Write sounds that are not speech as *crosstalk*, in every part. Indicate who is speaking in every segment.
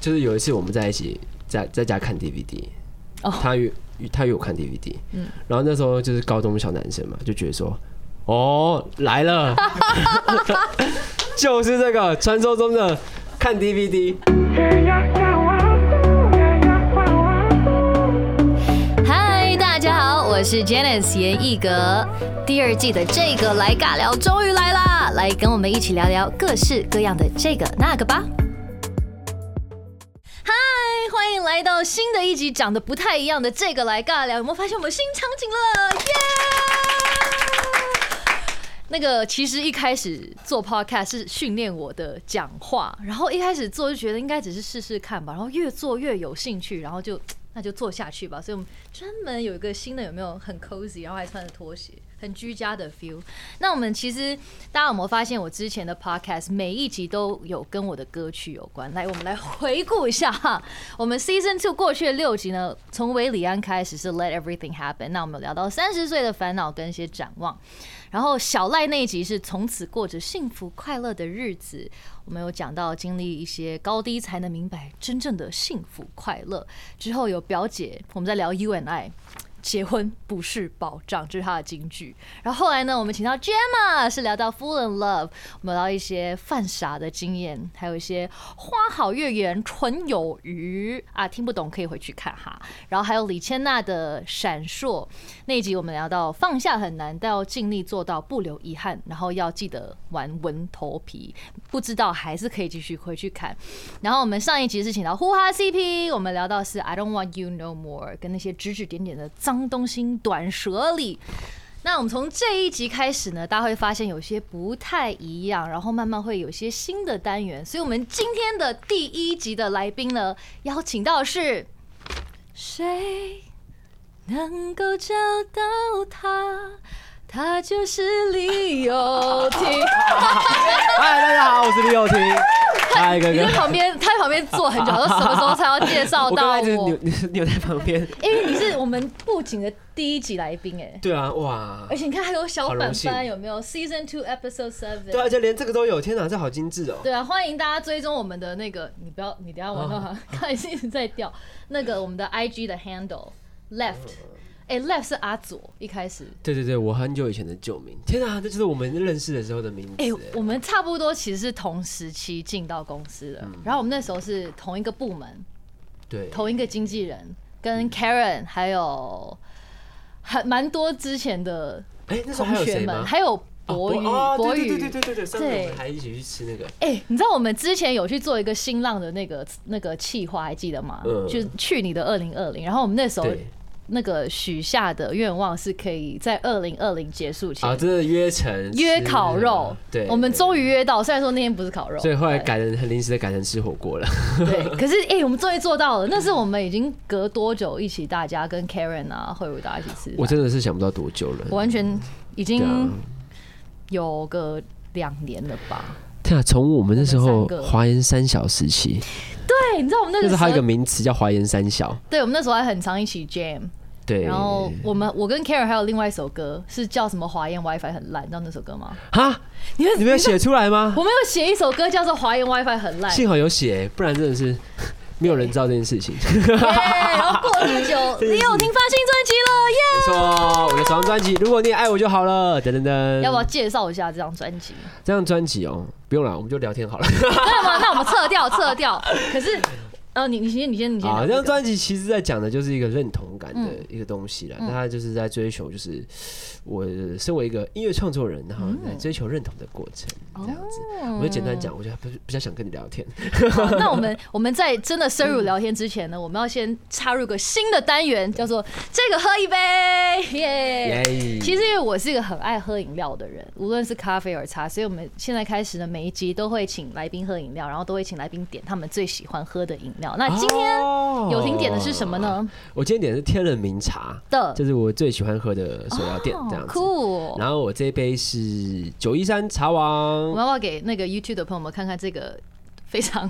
Speaker 1: 就是有一次我们在一起在在家看 DVD，
Speaker 2: 哦
Speaker 1: 他约他约我看 DVD，嗯，然后那时候就是高中小男生嘛，就觉得说，哦来
Speaker 2: *laughs*
Speaker 1: 了， *laughs* 就是这个传说中的看 DVD，
Speaker 2: 嗨，大家好，我是 Janice 严艺格。第二季的这个来尬聊终于来啦，来跟我们一起聊聊各式各样的这个那个吧。嗨，欢迎来到新的一集，长得不太一样的这个来尬聊，有没有发现我们新场景了？耶、那个其实一开始做 podcast 是训练我的讲话，然后一开始做就觉得应该只是试试看吧，然后越做越有兴趣，然后就那就做下去吧。所以我们专门有一个新的，有没有很 cozy，然后还穿着拖鞋，很居家的 feel。那我们其实大家有没有发现，我之前的 podcast 每一集都有跟我的歌曲有关？来，我们来回顾一下哈。我们 season two 过去的六集呢，从维里安开始是 Let Everything Happen，那我们有聊到三十岁的烦恼跟一些展望。然后小赖那一集是从此过着幸福快乐的日子，我们有讲到经历一些高低才能明白真正的幸福快乐。之后有表姐，我们在聊 U and I。结婚不是保障，这是她的金句。然后后来呢，我们请到 Gemma 是聊到 Full in Love，我们聊到一些犯傻的经验，还有一些花好月圆唇有余啊，听不懂可以回去看哈。然后还有李千娜的《闪烁》那一集，我们聊到放下很难，但要尽力做到不留遗憾，然后要记得玩文头皮，不知道还是可以继续回去看。然后我们上一集是请到呼哈 CP，我们聊到是 I don't want you no more，跟那些指指点点的脏东西、短舌里。那我们从这一集开始呢，大家会发现有些不太一样，然后慢慢会有些新的单元。所以，我们今天的第一集的来宾呢，邀请到的是谁能够找到他，他就是李友廷。
Speaker 1: 嗨大家好，我是李
Speaker 2: *laughs*
Speaker 1: 友廷，嗨哥
Speaker 2: 你
Speaker 1: 哥
Speaker 2: 在。旁边，他在旁边坐很久，说什么时候才要介绍
Speaker 1: 我
Speaker 2: 到
Speaker 1: 刚
Speaker 2: 我
Speaker 1: 才就是？扭 *laughs* 扭在旁边，
Speaker 2: 因为你是我们布景的第一集来宾哎，
Speaker 1: 对啊，哇
Speaker 2: 而，且你看还有小
Speaker 1: 好
Speaker 2: 板
Speaker 1: 荣
Speaker 2: 板
Speaker 1: 幸
Speaker 2: 有没有？Season Two Episode
Speaker 1: 对啊，而
Speaker 2: Seven。
Speaker 1: 且连这个都有，天哪，这好精致哦。
Speaker 2: 对啊，欢迎大家追踪我们的那个，你不要，你等一下玩到
Speaker 1: 啊
Speaker 2: 它， *laughs* 看一直在掉那个我们的 IG 的 handle left，哎、left
Speaker 1: 哦
Speaker 2: 是阿左一开始，
Speaker 1: 对对对，我很久以前的旧名，天啊，这就是我们认识的时候的名字。
Speaker 2: 哎、我们差不多其实是同时期进到公司的，
Speaker 1: 嗯
Speaker 2: 然后我们那时候是同一个部门，
Speaker 1: 对，
Speaker 2: 同一个经纪人，
Speaker 1: 嗯
Speaker 2: 跟 Karen 还有还蛮多之前的
Speaker 1: 哎，那时候
Speaker 2: 同
Speaker 1: 还有
Speaker 2: 学
Speaker 1: 谁
Speaker 2: 们，
Speaker 1: 吗？
Speaker 2: 还有
Speaker 1: 啊
Speaker 2: 博宇，
Speaker 1: 哦
Speaker 2: 博
Speaker 1: 对对
Speaker 2: 宇
Speaker 1: 对对。对对，上次我
Speaker 2: 对
Speaker 1: 们还一起去吃那个，
Speaker 2: 哎，你知道我们之前有去做一个新浪的那个那个企划，还记得吗？
Speaker 1: 嗯
Speaker 2: 就是去你的二零二零，然后我们那时候
Speaker 1: 对
Speaker 2: 那个许下的愿望是可以在二零二零结束前
Speaker 1: 啊，真的约成
Speaker 2: 约
Speaker 1: 吃
Speaker 2: 烤肉，
Speaker 1: 对，
Speaker 2: 我们终
Speaker 1: 于，
Speaker 2: 于约到，虽然说那天不是烤肉，
Speaker 1: 所以后来
Speaker 2: 对
Speaker 1: 改成很临时的改成吃火锅了。
Speaker 2: 对，可是哎、欸我们终于做到了。那是我们已经隔多久一起，大家跟 Karen 啊、慧茹大家一起吃饭？
Speaker 1: 我真的是想不到多久
Speaker 2: 我
Speaker 1: 了，
Speaker 2: 完全
Speaker 1: 对
Speaker 2: 已经
Speaker 1: 啊，
Speaker 2: 有个两年了吧？
Speaker 1: 天啊，从我们那时
Speaker 2: 我
Speaker 1: 候
Speaker 2: 们三个
Speaker 1: 华研三小时期，
Speaker 2: 对，你知道我们那
Speaker 1: 那时候
Speaker 2: 个
Speaker 1: 还有一
Speaker 2: 时
Speaker 1: 个
Speaker 2: 候，
Speaker 1: 名词叫华研三小，
Speaker 2: 对我们那时候还很常一起 jam。
Speaker 1: 对，
Speaker 2: 然后我们我跟 Karen 还有另外一首歌是叫什么华研 WiFi 很烂，你知道那首歌吗？
Speaker 1: 哈，
Speaker 2: 你们
Speaker 1: 你没有写出来吗？
Speaker 2: 我们有写一首歌叫做华研 WiFi 很烂，耶
Speaker 1: 幸好有写，不然真的是没有人知道这件事
Speaker 2: *laughs*
Speaker 1: 情。
Speaker 2: 然后过了这么
Speaker 1: *laughs*
Speaker 2: 久，李友廷发新专辑了，耶！
Speaker 1: 没错，我的首张专辑《如果你也爱我就好了》等等等。
Speaker 2: 要不要介绍一下这张专辑？
Speaker 1: 这张专辑哦？不用了，我们就聊天好了。
Speaker 2: 那么那我们撤掉，撤掉。可是，呃，你你先，你先，你先
Speaker 1: 啊，
Speaker 2: 聊这个。
Speaker 1: 这张专辑其实在讲的就是一个认同感的
Speaker 2: 嗯
Speaker 1: 一个东西啦。那他就是在追求，就是我身为一个音乐创作人，然
Speaker 2: 嗯
Speaker 1: 后在追求认同的过程，
Speaker 2: 哦
Speaker 1: 这样子。我就简单讲，我就不比较想跟你聊天。
Speaker 2: 好那我们我们在真的深入聊天之前呢，我们要先插入个新的单元，叫做“这个喝一杯”，耶。
Speaker 1: 耶
Speaker 2: 其实因为我是一个很爱喝饮料的人，无论是咖啡或茶，所以我们现在开始呢，每一集都会请来宾喝饮料，然后都会请来宾点他们最喜欢喝的饮料。那啊今天友婷点的是什么？
Speaker 1: 哦
Speaker 2: 呢？
Speaker 1: 啊
Speaker 2: 呃
Speaker 1: 我今天点的是天人茗茶，
Speaker 2: 的
Speaker 1: 这是我最喜欢喝的手摇
Speaker 2: 哦
Speaker 1: 店，这样子。
Speaker 2: 酷。
Speaker 1: 然后我这一杯是九一三茶
Speaker 2: 我
Speaker 1: 王
Speaker 2: 们，要不要给那个 YouTube 的朋友们看看这个非常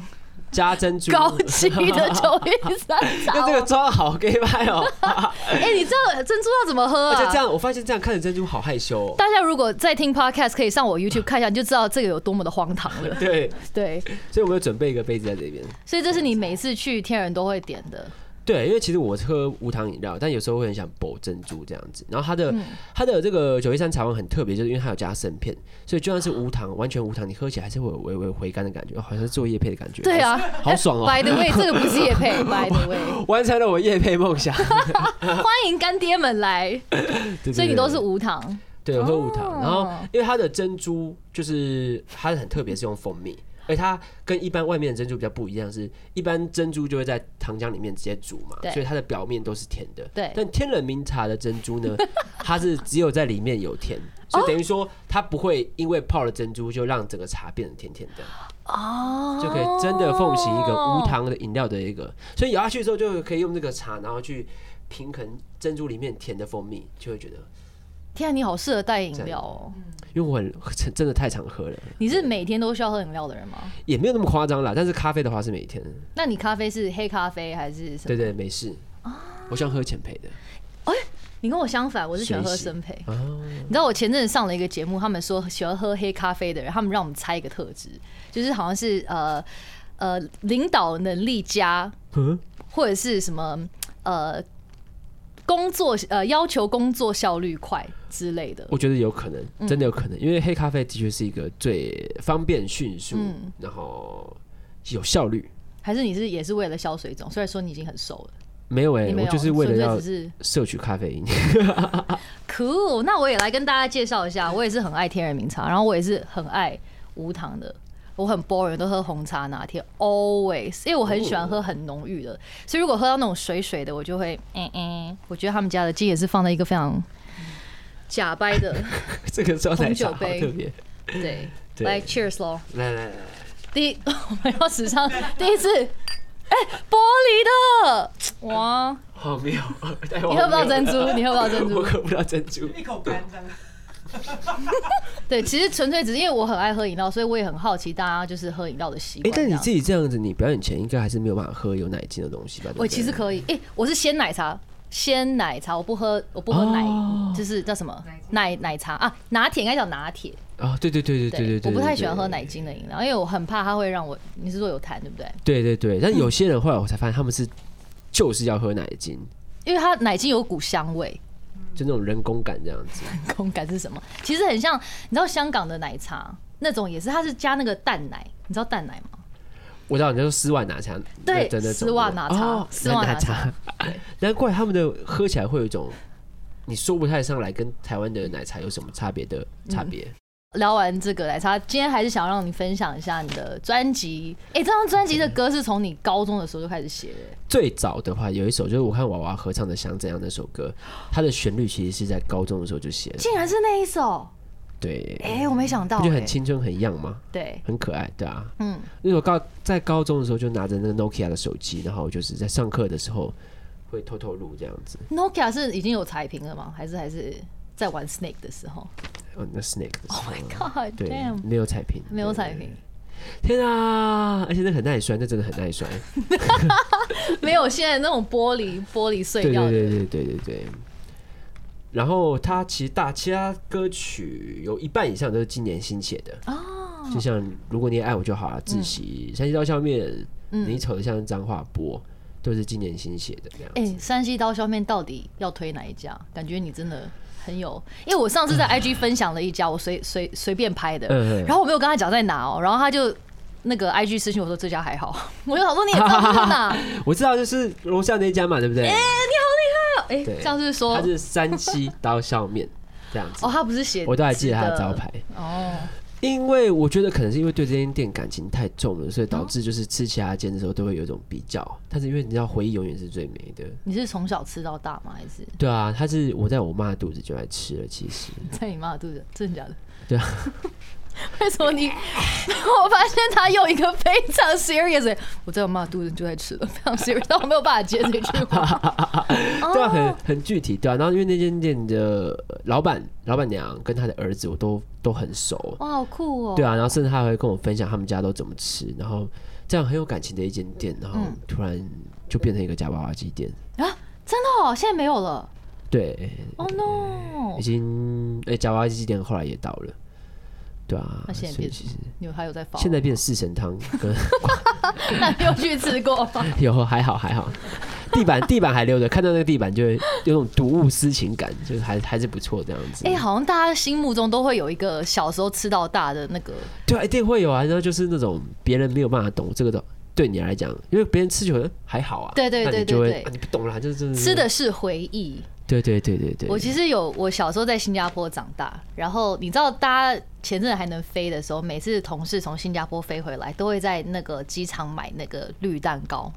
Speaker 1: 加珍珠， *laughs*
Speaker 2: 高级的九运三草。
Speaker 1: 用这个装好 gay 拍
Speaker 2: *laughs*
Speaker 1: 哦。
Speaker 2: 哎、你知道珍珠要怎么喝
Speaker 1: 而且这
Speaker 2: 啊？
Speaker 1: 样，我发现这样看着珍珠好害羞哦。
Speaker 2: 大家如果在听 podcast，可以上我 YouTube 看一下，你就知道这个有多么的荒唐
Speaker 1: *laughs*
Speaker 2: 了。
Speaker 1: 对，
Speaker 2: 对，
Speaker 1: 所以我们有准备一个杯子在这边。
Speaker 2: 所以这是你每次去天人都会点的。
Speaker 1: 对，因为其实我喝无糖饮料，但有时候会很想补珍珠这样子。然后它
Speaker 2: 嗯
Speaker 1: 的它的这个九一三茶王很特别，就是因为它有加生片，所以就算是无糖，完全无糖，你喝起来还是会有微微回甘的感觉，好像是做夜配的感觉。
Speaker 2: 对啊，
Speaker 1: 好爽哦、
Speaker 2: By the way，这个不是也配。
Speaker 1: *laughs*
Speaker 2: By the way，
Speaker 1: 完成了我夜配梦想。 *laughs*
Speaker 2: 欢迎干爹们来。
Speaker 1: 对对对
Speaker 2: 所以你都是无糖，
Speaker 1: 对，我喝无糖。然后
Speaker 2: 哦
Speaker 1: 因为它的珍珠就是它很特别，是用蜂蜜。而它跟一般外面的珍珠比较不一样，是一般珍珠就会在糖浆里面直接煮嘛
Speaker 2: 对，
Speaker 1: 所以它的表面都是甜的。
Speaker 2: 对
Speaker 1: 但天人茗茶的珍珠呢，它是只有在里面有甜，所以等于说它不会因为泡了珍珠就让整个茶变得甜甜的，
Speaker 2: 哦，
Speaker 1: 就可以真的奉行一个无。糖的饮料的一个。所以咬下去之后就可以用这个茶，然后去平衡珍珠里面甜的蜂蜜，就会觉得，
Speaker 2: 天啊，你好适合带饮料哦！
Speaker 1: 因为我很真的太常喝了。
Speaker 2: 你是每天都需要喝饮料的人吗？
Speaker 1: 也没有那么夸张啦，但是咖啡的话是每天，
Speaker 2: 那你咖啡是黑咖啡还是什么？
Speaker 1: 对对，没事。我喜欢喝浅焙的
Speaker 2: 你跟我相反，我是喜欢喝
Speaker 1: 水洗
Speaker 2: 生培。
Speaker 1: 哦，
Speaker 2: 你知道我前阵子上了一个节目，他们说喜欢喝黑咖啡的人，他们让我们猜一个特质，就是好像是呃呃领导能力佳，
Speaker 1: 嗯，
Speaker 2: 或者是什么呃工作呃要求工作效率快之类的。
Speaker 1: 我觉得有可能，真的有可
Speaker 2: 嗯
Speaker 1: 能，因为黑咖啡的确是一个最方便、迅速，
Speaker 2: 嗯
Speaker 1: 然后有效率。
Speaker 2: 还是你是也是为了消水肿？虽然说你已经很瘦了，
Speaker 1: 没有哎、
Speaker 2: 你没
Speaker 1: 我
Speaker 2: 有，
Speaker 1: 就是为了
Speaker 2: 纯粹
Speaker 1: 要
Speaker 2: 只是
Speaker 1: 摄取咖啡因。
Speaker 2: cool。那我也来跟大家介绍一下，我也是很爱天然名茶，然后我也是很爱无糖的。我很 boring，都喝红茶拿铁，always，因为我很喜欢喝很浓郁的，所以如果喝到那种水水的，我就会，嗯嗯，我觉得他们家的鸡也是放在一个非常假掰的，
Speaker 1: 这个招奶茶好
Speaker 2: 红酒杯
Speaker 1: 特别，
Speaker 2: 对，
Speaker 1: 对
Speaker 2: 来 cheers 喽。
Speaker 1: 来来来来，
Speaker 2: 第一，我们要史上第一次，哎、玻璃的，哇！
Speaker 1: 好哎妙，太荒
Speaker 2: 你喝不到
Speaker 1: 谬了 *laughs*
Speaker 2: 珍珠，你喝不到珍
Speaker 1: 我
Speaker 2: 珠。
Speaker 1: 喝不到珍珠，
Speaker 3: 一口干这样。
Speaker 2: 对，其实纯粹只是因为我很爱喝饮料，所以我也很好奇大家就是喝饮料的习
Speaker 1: 哎、
Speaker 2: 惯。
Speaker 1: 但你自，己这样子，你表演前应该还是没有办法喝有奶精的东西吧？对不
Speaker 2: 我
Speaker 1: 对
Speaker 2: 其实可以，哎、我是鲜奶茶，鲜奶茶，我不喝，我不喝奶，
Speaker 1: 哦
Speaker 2: 就是叫什么奶奶茶啊，拿铁应该叫拿铁。
Speaker 1: 啊，对对对对对对对，
Speaker 2: 我不太喜欢
Speaker 1: 对
Speaker 2: 喝奶精的饮料，因为我很怕它会让我，你是说有痰对不对？
Speaker 1: 对对对，
Speaker 2: 嗯
Speaker 1: 但有些人后来我才发现他们是就是要喝奶精，
Speaker 2: 因为它奶精有股香味。 *laughs*
Speaker 1: 就那种人工感这样子。
Speaker 2: 口感是什么？其实很像，你知道香港的奶茶那种也是，它是加那个蛋奶，你知道蛋奶吗？
Speaker 1: 我知道你在说丝袜奶茶，
Speaker 2: 对
Speaker 1: 那真的
Speaker 2: 丝袜奶茶丝袜奶
Speaker 1: 奶
Speaker 2: 茶
Speaker 1: 茶，难怪他们的喝起来会有一种你说不太上来跟台湾的奶茶有什么差别的差别。
Speaker 2: 聊完这个奶茶，今天还是想让你分享一下你的专辑。哎、这张专辑的歌是从你高中的时候就开始写的、
Speaker 1: 最早的话有一首就是我看娃娃合唱的《想怎样》那首歌，它的旋律其实是在高中的时候就写的，
Speaker 2: 竟然是那一首。
Speaker 1: 对，
Speaker 2: 哎、我没想到、
Speaker 1: 不
Speaker 2: 欸，
Speaker 1: 就很青春很样吗？
Speaker 2: 对，
Speaker 1: 很可爱，对啊，
Speaker 2: 嗯
Speaker 1: 嗯，那时候高在高中的时候就拿着那个 Nokia 的手机，然后就是在上课的时候会偷偷录这样子，
Speaker 2: Nokia 是已经有彩屏了吗？还是还是在玩 Snake 的时候 *laughs*
Speaker 1: 哦，那 Snake 的时候
Speaker 2: ？God
Speaker 1: 对
Speaker 2: damn，，
Speaker 1: 没有彩屏，
Speaker 2: 没有
Speaker 1: 对
Speaker 2: 彩屏，
Speaker 1: 天啊！而且那很耐摔，那真的很耐摔，
Speaker 2: 没有现在那种玻璃玻璃碎
Speaker 1: 对
Speaker 2: 掉
Speaker 1: 对
Speaker 2: 的。
Speaker 1: 对对对对对。然后他其实大其他歌曲有一半以上都是今年新写的哦，就像如果你也爱我就好了，自习山西刀削面，
Speaker 2: 嗯
Speaker 1: 你丑的像张化波，都是今年新写的这样。
Speaker 2: 哎、山西刀削面到底要推哪一家？感觉你真的很有，因为我上次在 IG 分享了一家，我随随随便拍的，
Speaker 1: 嗯嗯
Speaker 2: 然后我没有跟他讲在哪哦、然后他就那个 IG 私信我说这家还好， *laughs* 我就想说你也知道这
Speaker 1: *laughs*
Speaker 2: 是哪，哎、
Speaker 1: 我知道就是楼下那一家嘛，对
Speaker 2: *laughs*
Speaker 1: 不对？对
Speaker 2: 哦哎这样是说
Speaker 1: 他是山西刀削面这样子
Speaker 2: *laughs* 哦，，他不是写，
Speaker 1: 我都还记得他的招牌。
Speaker 2: 哦，
Speaker 1: 因为我觉得可能是因为对这间店感情太重了，所以导致就是吃其他间的时候都会有一种比较。但是因为你知道，回忆永远是最美的。
Speaker 2: 你是从小吃到大吗？还是
Speaker 1: 对啊，它是我在我妈的肚子就来吃了，其实
Speaker 2: *laughs* 在你妈的肚子？真的假的？
Speaker 1: 对啊。
Speaker 2: *laughs* 为什么你？ *laughs* 我发现他用一个非常 serious，的我在我妈的肚子就在吃了，非常 serious，但我哦没有办法接这
Speaker 1: *laughs*
Speaker 2: 句话。
Speaker 1: 对啊，很很具体，对啊。然后因为那间店的老板、老板娘跟他的儿子我都都很熟，
Speaker 2: 哇，好酷哦！
Speaker 1: 啊对啊。然后甚至他还会跟我分享他们家都怎么吃，然后这样很有感情的一间店，然后突然就变成一个夹娃娃机店。
Speaker 2: 啊，真的哦，现在没有了。
Speaker 1: 对，
Speaker 2: Oh
Speaker 1: 已
Speaker 2: no！
Speaker 1: 经哎，夹娃娃机店后来也倒了，对啊。
Speaker 2: 那现在
Speaker 1: 所以
Speaker 2: 变
Speaker 1: 其实
Speaker 2: 你们还有在放？
Speaker 1: 现在变四神汤，跟
Speaker 2: *laughs*
Speaker 1: *laughs*
Speaker 2: 那你有去吃过吗？
Speaker 1: 有还好还好，地板 *laughs* 地板还留着，看到那个地板就会有种睹物思情感，就是还还是不错这样子。
Speaker 2: 哎、好像大家心目中都会有一个小时候吃到大的那个，
Speaker 1: 对啊，一定会有啊。然后就是那种别人没有办法懂这个的，对你来讲，因为别人吃久了还好啊。
Speaker 2: 对对
Speaker 1: 那
Speaker 2: 对
Speaker 1: 你
Speaker 2: 对
Speaker 1: 就会
Speaker 2: 对
Speaker 1: 啊你不懂啦，就是真
Speaker 2: 吃的。是回忆。
Speaker 1: 对对对对对。
Speaker 2: 我其实有，我小时候在新加坡长大，然后你知道，大家前阵子还能飞的时候，每次同事从新加坡飞回来，都会在那个机场买那个绿蛋糕，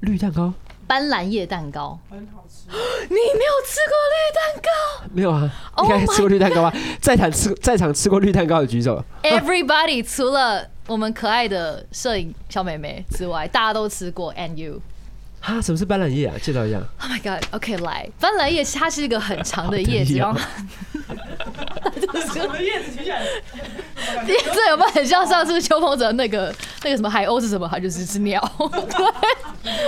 Speaker 1: 绿蛋糕
Speaker 2: 斑斓叶蛋糕，很好吃。你没有吃过绿蛋糕？ *laughs*
Speaker 1: 没有啊？
Speaker 2: Oh
Speaker 1: 应该吃过绿蛋糕吧？在场吃在场吃过绿蛋糕的举手。
Speaker 2: Everybody 除了我们可爱的摄影小妹妹之外，大家都吃过。And you,
Speaker 1: 哈，什么是斑斓叶啊？介绍一下。
Speaker 2: oh my god, OK，来，斑斓叶它是一个很长的叶 *laughs* 子，然
Speaker 1: 好
Speaker 2: 后
Speaker 1: 得
Speaker 3: *laughs* 什么叶子举起来？
Speaker 2: 叶子有没有很像上次邱鹏哲那个那个什么海鸥是什么？它就是只鸟， *laughs*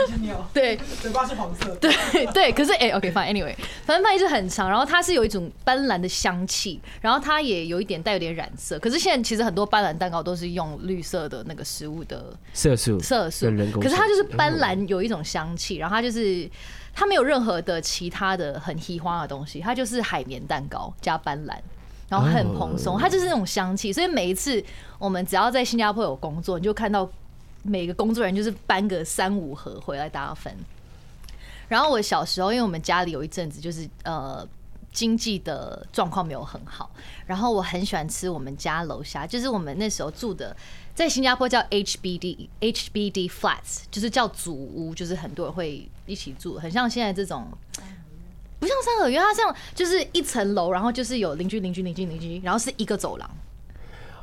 Speaker 3: 是鸟，
Speaker 2: 对
Speaker 3: *laughs* 嘴巴是黄色。
Speaker 2: 对对。可是哎、o k fine anyway，反正它一直很长，然后它是有一种斑斓的香气，然后它也有一点带有点染色。可是现在其实很多斑斓蛋糕都是用绿色的那个食物的
Speaker 1: 色素，
Speaker 2: 色素
Speaker 1: 跟人，工色素。
Speaker 2: 可是它就是斑
Speaker 1: 嗯。
Speaker 2: 斓有一种香气，然后它就是它没有任何的其他的很稀花的东西，它就是海绵蛋糕加斑斓。然后很蓬松，
Speaker 1: 哦
Speaker 2: 它就是那种香气，所以每一次我们只要在新加坡有工作，你就看到每个工作人员就是搬个三五盒回来大家分。然后我小时候，因为我们家里有一阵子就是呃经济的状况没有很好，然后我很喜欢吃我们家楼下，就是我们那时候住的，在新加坡叫 HBD HBD flats，就是叫祖屋，就是很多人会一起住，很像现在这种。不像三合院，它像就是一层楼，然后就是有邻居、邻居、邻居、邻居，然后是一个走廊，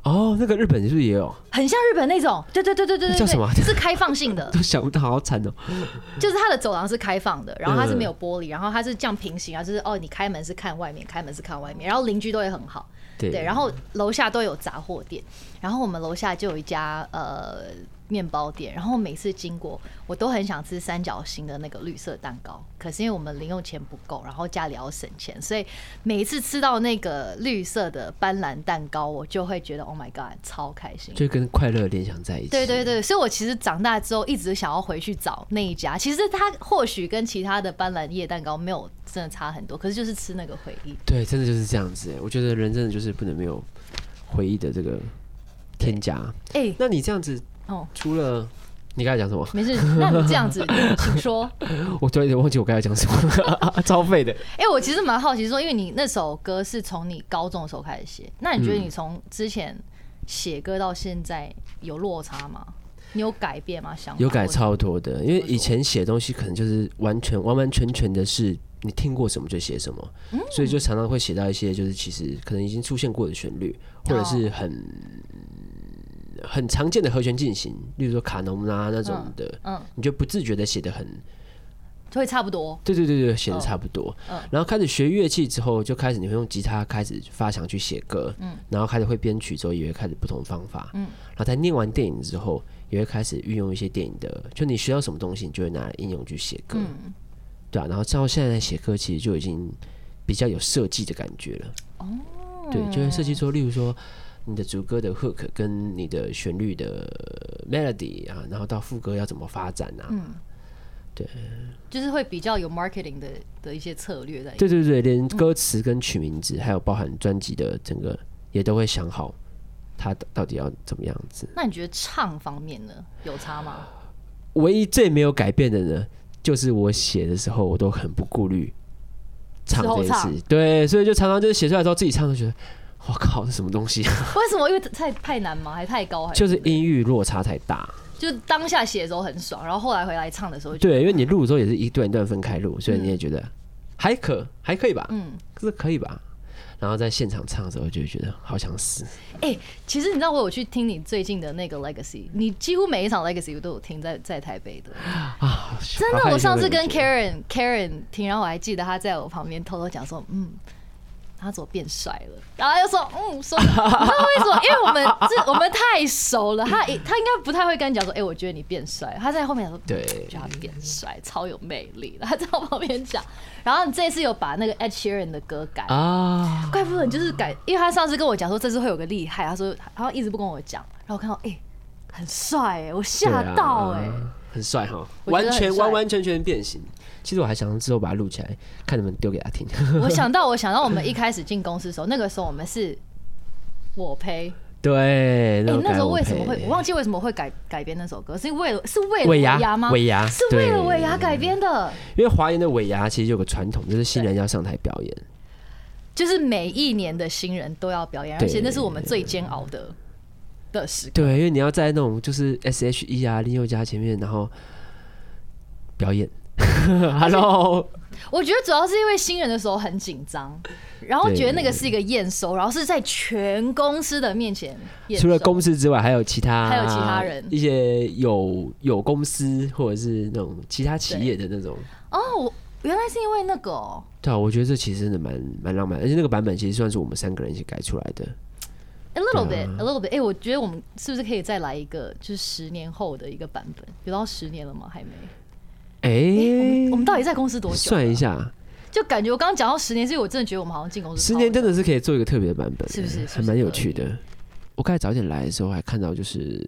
Speaker 1: 哦，那个日本是不是也有？
Speaker 2: 很像日本那种。对对对对对对，
Speaker 1: 那叫什么啊
Speaker 2: 对是开放
Speaker 1: *laughs*
Speaker 2: 性的，
Speaker 1: 都想不到，好惨哦。
Speaker 2: 就是它的走廊是开放的，然后它是
Speaker 1: 嗯
Speaker 2: 没有玻璃，然后它是这样平行啊，就是哦，你开门是看外面，开门是看外面，然后邻居都会很好，
Speaker 1: 对
Speaker 2: 对，然后楼下都有杂货店，然后我们楼下就有一家呃面包店，然后每次经过我都很想吃三角形的那个绿色蛋糕，可是因为我们零用钱不够，然后家里要省钱，所以每一次吃到那个绿色的斑斓蛋糕，我就会觉得 Oh my God，超开心，
Speaker 1: 就跟快乐联想在一起。
Speaker 2: 对对对，所以我其实长大之后一直想要回去找那一家。其实它或许跟其他的斑斓叶蛋糕没有真的差很多，可是就是吃那个回
Speaker 1: *laughs*
Speaker 2: 忆。
Speaker 1: 对，真的就是这样子欸。我觉得人真的就是不能没有回忆的这个添加。
Speaker 2: 哎、
Speaker 1: 那你这样子，
Speaker 2: 哦
Speaker 1: 除了你刚才讲什么？ *laughs*
Speaker 2: 没事，那你这样子，请说。
Speaker 1: 我突然有点忘记我刚才讲什么 *laughs* 了，超废的。
Speaker 2: 哎、我其实蛮好奇说，因为你那首歌是从你高中的时候开始写，那你觉得你从之前写歌到现在有落差吗？你有改变吗？想法
Speaker 1: 有改
Speaker 2: 或者
Speaker 1: 超多的，因为以前写东西可能就是完全完完全全的是你听过什么就写什么，
Speaker 2: 嗯
Speaker 1: 所以就常常会写到一些就是其实可能已经出现过的旋律，
Speaker 2: 哦
Speaker 1: 或者是很很常见的和弦进行，例如说卡农啊那种的，
Speaker 2: 嗯，
Speaker 1: 你就不自觉的写的很
Speaker 2: 会差不多。
Speaker 1: 对对对对，写的差不多。然后开始学乐器之后，就开始你会用吉他开始发想去写歌，然后开始会编曲之后，也会开始不同方法，然后在念完电影之后，也会开始运用一些电影的，就你学到什么东西，你就会拿来应用去写歌，对啊。然后到现在写歌，其实就已经比较有设计的感觉了。哦，对，就会设计说，例如说。你的主歌的 hook 跟你的旋律的 melody 啊，然后到副歌要怎么发展啊？
Speaker 2: 就是会比较有 marketing 的的一些策略在里面。
Speaker 1: 对对对，连歌词跟取名字，还有包含专辑的整个，也都会想好它到底要怎么样子。
Speaker 2: 那你觉得唱方面呢，有差吗？
Speaker 1: 唯一最没有改变的呢，就是我写的时候，我都很不顾虑唱这
Speaker 2: 之
Speaker 1: 件
Speaker 2: 后唱
Speaker 1: 事。对，所以就常常就是写出来之后自己唱，就觉得我靠，这什么东西？
Speaker 2: 为什么？因为太太难吗？还太高？还
Speaker 1: 就是音域落差太
Speaker 2: *laughs*
Speaker 1: 大。
Speaker 2: 就当下写的时候很爽，然后后来回来唱的时候就
Speaker 1: 对，因为你录的时候也是一段一段分开录，所以你也觉得还可还可以吧，嗯，这可以吧。然后在现场唱的时候，就会觉得好想死。
Speaker 2: 哎、其实你知道我有去听你最近的那个 Legacy，你几乎每一场 Legacy 我都有听在在台北的，真
Speaker 1: 啊好害
Speaker 2: 的。
Speaker 1: 羞
Speaker 2: 我上次
Speaker 1: 感
Speaker 2: 跟
Speaker 1: 觉
Speaker 2: Karen Karen 听，然后我还记得她在我旁边偷偷讲说，嗯，他怎么变帅了？然后他就说，嗯，说，你知道为什么？因为我们这我们太熟了，他他应该不太会跟你讲说，哎、我觉得你变帅。他在后面说，
Speaker 1: 对
Speaker 2: 嗯觉得他变帅，超有魅力的。他在我旁边讲，然后你这次有把那个 Ed Sheeran 的歌改
Speaker 1: 啊，
Speaker 2: 怪不得你就是改，因为他上次跟我讲说这次会有个厉害，他说然后一直不跟我讲，然后我看到哎、很帅哎、我
Speaker 1: 对
Speaker 2: 吓
Speaker 1: 啊
Speaker 2: 到哎、
Speaker 1: 很帅哈，
Speaker 2: 我觉
Speaker 1: 完
Speaker 2: 得
Speaker 1: 全
Speaker 2: 很帅
Speaker 1: 完完全全变形。其实我还想之后把它录起来，看能不能丢给他 *laughs* 听。
Speaker 2: 我想到我想到我们一开始进公司的时候，那个时候我们是我陪，
Speaker 1: 对，
Speaker 2: 哎、
Speaker 1: *laughs* 那
Speaker 2: 那时候
Speaker 1: 我
Speaker 2: 为什么
Speaker 1: 配
Speaker 2: 会我忘记为什么会改改编那首歌，是为了是为了
Speaker 1: 尾牙
Speaker 2: 吗？
Speaker 1: 尾牙
Speaker 2: 是为了
Speaker 1: 对
Speaker 2: 尾牙改编的，
Speaker 1: 因为华研的尾牙其实有个传统，就是新人要上台表演。
Speaker 2: 就是每一年的新人都要表演，而
Speaker 1: 对
Speaker 2: 且那是我们最煎熬的的时刻。
Speaker 1: 对，因为你要在那种就是 S H E 啊、林宥嘉前面，然后表演。Hello，
Speaker 2: 我觉得主要是因为新人的时候很紧张，然后
Speaker 1: 对
Speaker 2: 觉得那个是一个验收，然后是在全公司的面前验收。
Speaker 1: 除了公司之外，还有其他
Speaker 2: 还有其他人
Speaker 1: 一些有有公司或者是那种其他企业的那种。
Speaker 2: 哦，我原来是因为那个、哦，
Speaker 1: 对啊，我觉得这其实真的蛮蛮浪漫，而且那个版本其实算是我们三个人一起改出来的。
Speaker 2: A little
Speaker 1: 对
Speaker 2: bit,
Speaker 1: 啊
Speaker 2: a little bit。哎、我觉得我们是不是可以再来一个，就是十年后的一个版本？有到十年了吗？还没。
Speaker 1: 哎、
Speaker 2: 我们我们到底在公司多久？
Speaker 1: 算一，下，
Speaker 2: 就感觉我刚刚讲到十年，是因为我真的觉得我们好像进公司
Speaker 1: 十年
Speaker 2: 超
Speaker 1: 真
Speaker 2: 久
Speaker 1: 的是可以做一个特别的版本，
Speaker 2: 是不是是
Speaker 1: 还
Speaker 2: 不是
Speaker 1: 蛮有
Speaker 2: 可以
Speaker 1: 趣的。我刚才早点来的时候，还看到就是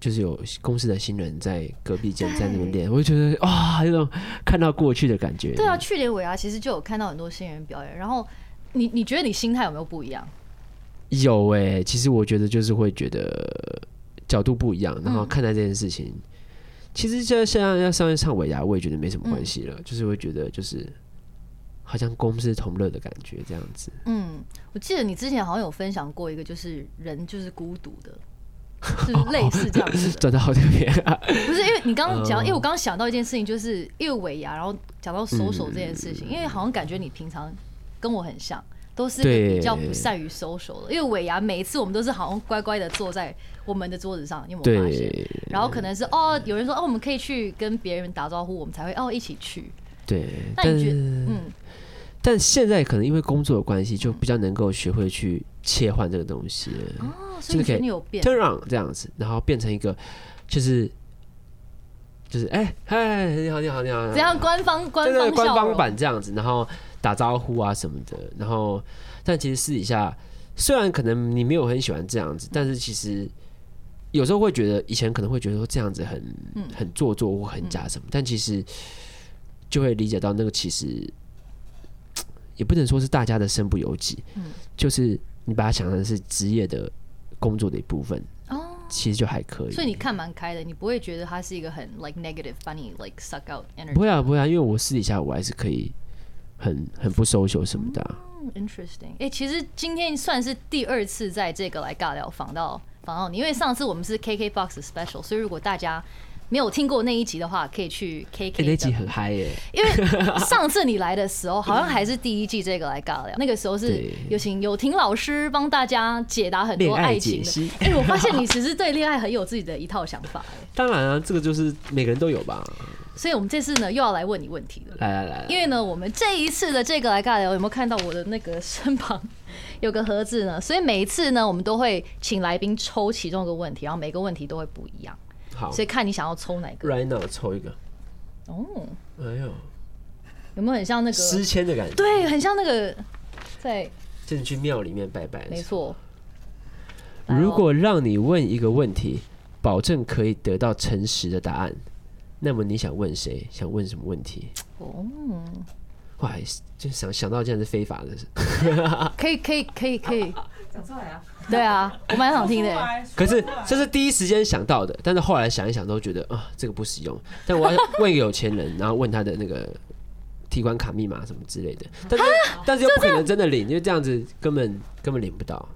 Speaker 1: 就是有公司的新人在隔壁间在那边练，我就觉得哇，有种看到过去的感觉。
Speaker 2: 对啊，，去年尾牙其实就有看到很多新人表演，然后你你觉得你心态有没有不一样？
Speaker 1: 有哎、其实我觉得就是会觉得角度不一
Speaker 2: 嗯
Speaker 1: 样，然后看待这件事情。其实现在现在要上去唱尾牙，我也觉得没什么关系
Speaker 2: 嗯
Speaker 1: 了，就是会觉得就是好像公司同乐的感觉这样子。
Speaker 2: 嗯，我记得你之前好像有分享过一个，就是人就是孤独的，就是类似这样子的。
Speaker 1: 转到啊好这边、
Speaker 2: *laughs* 不是因为你刚刚讲
Speaker 1: 嗯
Speaker 2: 到，因为我刚刚想到一件事情，就是因为尾牙，然后讲到收手这件事
Speaker 1: 嗯
Speaker 2: 情，因为好像感觉你平常跟我很像，都是
Speaker 1: 对
Speaker 2: 比较不善于收手的。因为尾牙每一次我们都是好像乖乖的坐在我们的桌子上，你有没有发现？
Speaker 1: 对
Speaker 2: 然后可能是哦，有人说哦，我们可以去跟别人打招呼，我们才会哦一起去。
Speaker 1: 对，
Speaker 2: 那
Speaker 1: 但
Speaker 2: 你觉
Speaker 1: 是
Speaker 2: 得嗯，
Speaker 1: 但现在可能因为工作的关系，就比较能够学会去切换这个东西了
Speaker 2: 哦，所以你
Speaker 1: 就是可以
Speaker 2: 觉得你有变？
Speaker 1: ，turn on 这样子，然后变成一个就是就是哎嗨，你好你好你好，
Speaker 2: 怎样？官方官
Speaker 1: 对对，
Speaker 2: 方
Speaker 1: 官
Speaker 2: 笑
Speaker 1: 方
Speaker 2: 容
Speaker 1: 版这样子，然后打招呼啊什么的，然后但其实私底下虽然可能你没有很喜欢这样子，但是其实。有时候会觉得，以前可能会觉得说这样子很很做作或很假什么，但其实就会理解到那个其实也不能说是大家的身不由己，就是你把它想成是职业的工作的一部分，
Speaker 2: 哦。
Speaker 1: 其实就还可以。
Speaker 2: 所以你看蛮开的，你不会觉得它是一个很 like negative，把你 like suck out
Speaker 1: 不
Speaker 2: energy。
Speaker 1: 会啊，不会啊，因为我私底下我还是可以很很不 social 什么的啊、
Speaker 2: 嗯 Interesting，哎、其实今天算是第二次在这个来尬聊访到访到你，因为上次我们是 KKBOX 的 special，所以如果大家没有听过那一集的话，可以去 KK
Speaker 1: 欸
Speaker 2: 的。
Speaker 1: 那集很嗨耶、
Speaker 2: 因为上次你来的时候，好像还是第一季这个来尬聊，那个时候是
Speaker 1: *laughs* 对
Speaker 2: 有请友婷老师帮大家解答很多
Speaker 1: 恋爱
Speaker 2: 爱情
Speaker 1: 解
Speaker 2: 的。
Speaker 1: 析。
Speaker 2: 哎、我发现你其实对恋爱很有自己的一套想法、哎
Speaker 1: 当然啊，这个就是每个人都有吧。
Speaker 2: 所以我们这次呢又要来问你问题了。
Speaker 1: 来来来，
Speaker 2: 因为呢，我们这一次的这个来尬聊，有没有看到我的那个身旁有个盒子呢？所以每一次呢，我们都会请来宾抽其中一个问题，然后每个问题都会不一样，
Speaker 1: 好
Speaker 2: 所以看你想要抽哪个。
Speaker 1: ，right now 抽一个，
Speaker 2: 哦，
Speaker 1: 哎呦，
Speaker 2: 有没有很像那
Speaker 1: 诗
Speaker 2: 个？
Speaker 1: 签的感觉，
Speaker 2: 对，很像那个在
Speaker 1: 就是去庙里面拜拜。
Speaker 2: 没。错。来哦
Speaker 1: 如果让你问一个问题，保证可以得到诚实的答案，那么你想问谁？想问什么问题？
Speaker 2: 哦，
Speaker 1: 哇，就想想到竟然是非法的，
Speaker 2: 哦可以可以可以可以，
Speaker 3: 讲出来啊，
Speaker 2: 对啊，我蛮想 *laughs* 听的、
Speaker 3: 说出来
Speaker 1: 可是
Speaker 3: 说出来
Speaker 1: 这是第一时间想到的，但是后来想一想都觉得啊，这个不实用。但我要问一个有钱人，然后问他的那个提款卡密码什么之类的，但是但是又不可啊能真的领，因为这样子根本根本领不到。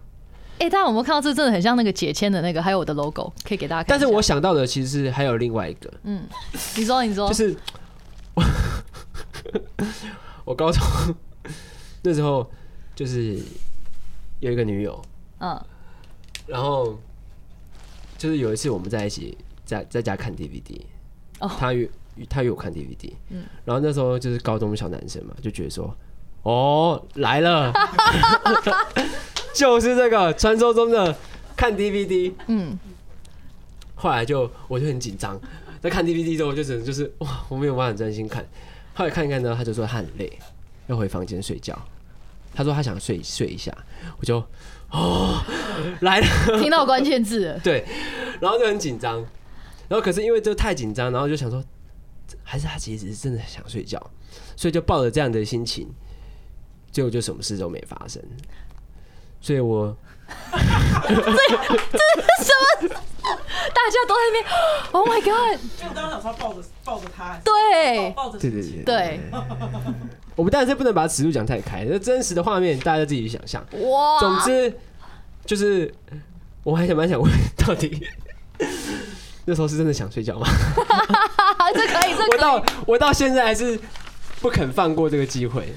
Speaker 2: 哎、大家有没有看到这真的很像那个解签的那个，还有我的 logo，可以给大家看
Speaker 1: 但
Speaker 2: 一下。
Speaker 1: 是我想到的其实是还有另外一个，
Speaker 2: 你说你说，
Speaker 1: 就是 *laughs* 我我高中 *laughs* 那时候就是有一个女友，
Speaker 2: 嗯，
Speaker 1: 然后就是有一次我们在一起在在家看 DVD，
Speaker 2: 哦嗯
Speaker 1: 他约他约我看 DVD，然后那时候就是高中小男生嘛，就觉得说哦，来
Speaker 2: *laughs*
Speaker 1: 了，就是这个传说中的看 DVD。
Speaker 2: 嗯，
Speaker 1: 后来就我就很紧张，在看 DVD 之后，我就只能就是哇，我没有办法专心看。后来看一看呢，他就说他很累，要回房间睡觉。他说他想睡睡一下，我就哦来了，
Speaker 2: 听到关键字了
Speaker 1: 对，然后就很紧张，然后可是因为这太紧张，然后就想说，还是他其实是真的想睡觉，所以就抱着这样的心情，结果就什么事都没发生。所以我
Speaker 2: 什么？ *laughs* 大家都在那边，Oh *gasps* my god！
Speaker 3: 因为我刚刚想说抱着抱着他，抱
Speaker 2: 对
Speaker 3: 抱着
Speaker 1: 对对
Speaker 3: 自己
Speaker 1: 对
Speaker 2: 对，
Speaker 1: 我们当然是不能把尺度讲太开，那真实的画面大家自己去想象。
Speaker 2: 哇，
Speaker 1: 总之就是，我还想蛮想问，到底 *laughs* 那时候是真的想睡觉吗？
Speaker 2: 啊， *laughs* 这可以，
Speaker 1: 我
Speaker 2: 这可
Speaker 1: 到
Speaker 2: 以，
Speaker 1: 我到现在还是不肯放过这个机会。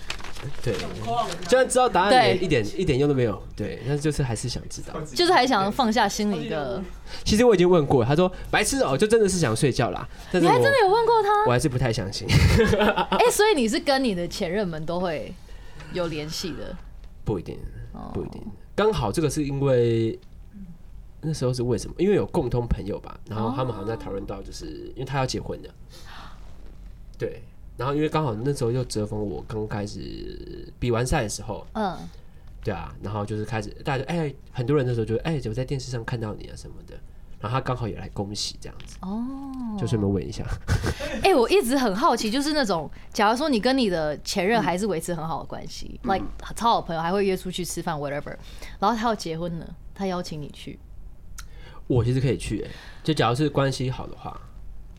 Speaker 1: 对，
Speaker 3: 扣到人家
Speaker 1: 虽然知道答案也
Speaker 2: 对
Speaker 1: 一点一点用都没有，对，但是就是还是想知道。
Speaker 2: 就是还想放下心里的。
Speaker 1: 其实我已经问过，他说白痴哦、就真的是想睡觉啦。但
Speaker 2: 你
Speaker 1: 是
Speaker 2: 还
Speaker 1: 我
Speaker 2: 真的有问过他？
Speaker 1: 我还是啊不太相信， *laughs*
Speaker 2: 哎、所以你是跟你的前任们都会有联系的，
Speaker 1: 不一定，
Speaker 2: 哦
Speaker 1: 不一定。刚好这个是因为那时候是为什么？因为有共同朋友吧，然后他们好像在讨论到，就是因为他要结婚了，
Speaker 2: 哦
Speaker 1: 对。然后因为刚好那时候又折逢我刚开始比完赛的时候，
Speaker 2: 嗯，
Speaker 1: 对啊，然后就是开始大家哎、很多人那时候就哎、我在电视上看到你啊什么的，然后他刚好也来恭喜这样子，
Speaker 2: 哦，
Speaker 1: 就顺便问一下。 *laughs*
Speaker 2: 哎、我一直很好奇，就是那种，假如说你跟你的前任还是维持很好的关系、
Speaker 1: 嗯
Speaker 2: l i k e 超好朋友，还会约出去吃饭，whatever，然后他要结婚了，他邀请你去，
Speaker 1: 我其实可以去、哎就假如是关系好的话，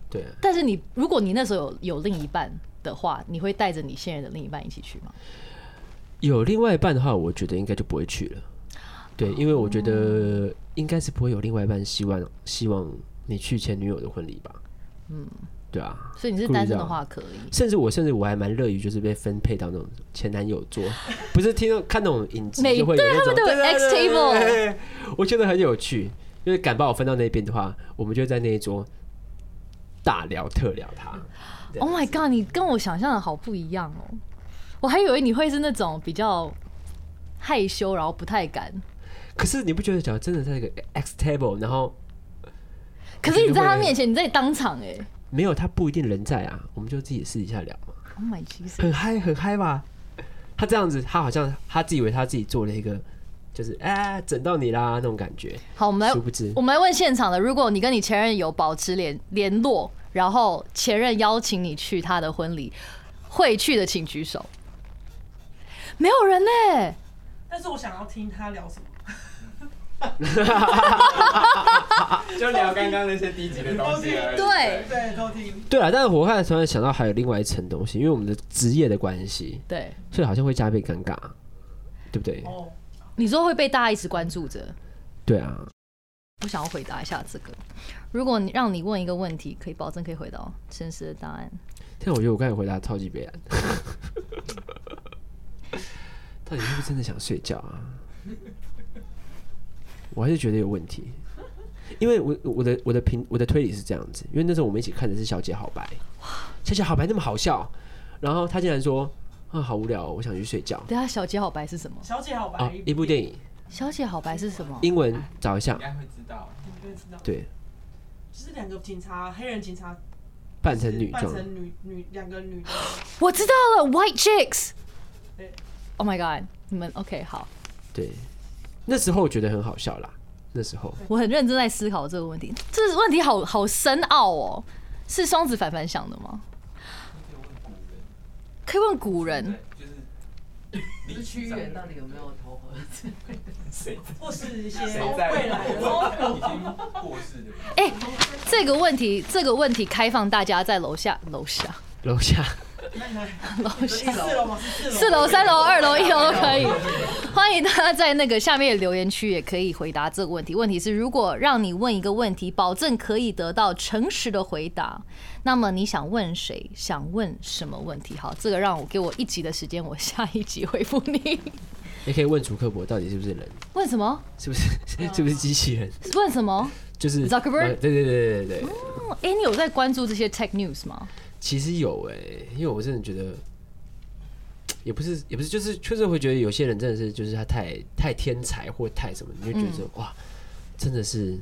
Speaker 1: 对、啊，
Speaker 2: 但是你如果你那时候有有另一半的话，你会带着你现任的另一半一起去吗？
Speaker 1: 有另外一半的话，我觉得应该就不会去了。
Speaker 2: 哦
Speaker 1: 对，因为我觉得应该是不会有另外一半希望希望你去前女友的婚礼吧。嗯，对啊。
Speaker 2: 所以你是
Speaker 1: 故意啊
Speaker 2: 单身
Speaker 1: 这
Speaker 2: 的
Speaker 1: 样
Speaker 2: 话可以，
Speaker 1: 甚至我甚至我还蛮乐于就是被分配到那种前男友桌， *laughs* 不是听到看那种影集
Speaker 2: 每
Speaker 1: 就会有那种
Speaker 2: 对他们都有 X table
Speaker 1: 对对对 *laughs* 我觉得很有趣。因为敢把我分到那边的话，我们就在那一桌大聊特聊他。对
Speaker 2: Oh my god！你跟我想象的好不一样哦，我还以为你会是那种比较害羞，然后不太敢。
Speaker 1: 可是你不觉得，假如真的在一个 X table，然后
Speaker 2: 可是你在他面前，你在当场哎、
Speaker 1: 没有他不一定人在啊，我们就自己私底下聊嘛，
Speaker 2: o h Oh my Jesus！
Speaker 1: 很嗨很嗨吧。他这样子，他好像他自以为他自己做了一个，就是哎、整到你啦那种感觉。
Speaker 2: 好，我们来
Speaker 1: 殊不知，
Speaker 2: 我们来问现场的，如果你跟你前任有保持联联络，然后前任邀请你去他的婚礼，会去的请举手。没有人欸呢、
Speaker 3: 但是我想要听他聊什么，
Speaker 4: 就聊刚刚那些低级的东西而已。
Speaker 2: 对
Speaker 3: 对，都听。
Speaker 1: 对啊，但是我后来突然想到还有另外一层东西，因为我们的职业的关系，
Speaker 2: 对，
Speaker 1: 所以好像会加倍尴尬，对不对？
Speaker 3: 哦，
Speaker 2: 你说会被大家一直关注着。
Speaker 1: 对啊，
Speaker 2: 我想要回答一下这个。如果你让你问一个问题，可以保证可以回到真实的答案。
Speaker 1: 但我觉得我刚才回答超级悲哀。到底是不是真的想睡觉啊？我还是觉得有问题，因为我我的我的评我的推理是这样子，因为那时候我们一起看的是《小姐好白》，《小姐好白》那么好笑，然后他竟然说啊好无聊、哦，我想去睡觉
Speaker 2: 等一下，啊小姐好白是什么？
Speaker 3: 小姐好白
Speaker 1: 啊，一部电
Speaker 3: 影，
Speaker 1: 影
Speaker 2: 小姐好白是什么？
Speaker 1: 英文找一下
Speaker 4: 应，该会知道。
Speaker 3: 你应该知道，
Speaker 1: 对，
Speaker 3: 就是两个警察，黑人警察
Speaker 1: 扮成女
Speaker 3: 扮
Speaker 1: 装，
Speaker 3: 成女女两个女的，
Speaker 2: 我知道了，White Chicks
Speaker 3: 对。
Speaker 2: Oh my god！你们 OK 好，
Speaker 1: 对，那时候我觉得很好笑啦，那时候
Speaker 2: 我很认真在思考这个问题。这个问题好好深奥哦，是双子凡凡想的吗？可以问古人，
Speaker 4: 对，就是离屈原到底有没有头合谁
Speaker 3: 或是一些
Speaker 4: 谁在
Speaker 3: 未来的。
Speaker 4: 已经过世的人？
Speaker 2: 这个问题，这个问题开放大家在楼下、楼下、 *laughs*
Speaker 1: 楼下 *laughs*
Speaker 2: 楼
Speaker 3: 是
Speaker 2: 下、
Speaker 3: 四楼吗？是
Speaker 2: 四楼、三楼、二楼、一楼都可以。 *laughs* 欢迎大家在那个下面留言区也可以回答这个问题。问题是，如果让你问一个问题，保证可以得到诚实的回答，那么你想问谁？想问什么问题？好，这个让我给我一集的时间，我下一集回复你。 *laughs*
Speaker 1: 也可以问楚克伯到底是不是人，
Speaker 2: 问什么？
Speaker 1: 是 *laughs* 不是是不是机器人。
Speaker 2: 问什么？
Speaker 1: 就是对对
Speaker 2: Zuckerberg？
Speaker 1: 对对对对，
Speaker 2: 哦哎、你有在关注这些 tech news 吗？
Speaker 1: 欸其实有哎、因为我真的觉得，也不是也不是，就是确实会觉得有些人真的是就是他太太天才或太什么，你就觉得说哇，真的是。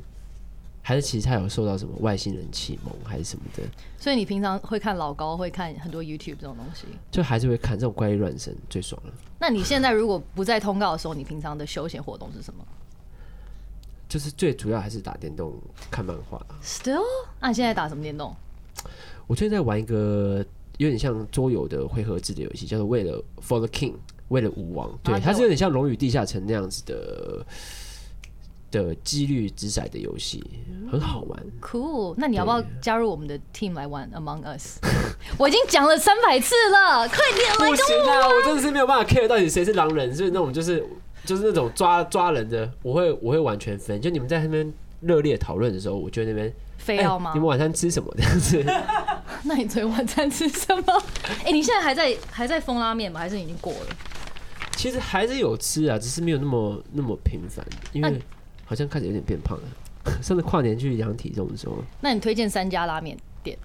Speaker 1: 还是其实他有受到什么外星人启蒙还是什么的，
Speaker 2: 所以你平常会看老高，会看很多 YouTube 这种东西。
Speaker 1: 就还是会看这种怪力乱神最爽了。
Speaker 2: 那你现在如果不在通告的时候，你平常的休闲活动是什么
Speaker 1: 就是最主要还是打电动、看漫画。
Speaker 2: ？Still？那、你啊现在打什么电动？
Speaker 1: 我最近在玩一个有点像桌游的回合制的游戏，叫做《为了 For the King》，为了武王。对，
Speaker 2: 这
Speaker 1: 它是有点像《龙与地下城》那样子的的几率之骰的游戏，很好玩。
Speaker 2: 嗯 Cool，那你要不要加入我们的 team 来玩 Among Us？我 *laughs* 已经讲了三百次
Speaker 1: *laughs*
Speaker 2: 了，快点来
Speaker 1: 不
Speaker 2: 跟
Speaker 1: 行啊，我真的是没有办法 care 到底谁是狼人，就是那种就是就是那种抓抓人的，我会我会完全分。就你们在那边热烈讨论的时候，我就在那边
Speaker 2: 非
Speaker 1: 哎
Speaker 2: 要吗？
Speaker 1: 你们晚餐吃什么？这样子。
Speaker 2: 那你昨天晚餐吃
Speaker 1: *laughs*
Speaker 2: 什么？哎、你现在还在还在封拉面吗？还是已经过了？
Speaker 1: 其实还是有吃啊，只是没有那么那么频繁，因为好像开始有点变胖了。 *laughs* 上次跨年去量体重的时候，
Speaker 2: 那你推荐三家拉面店？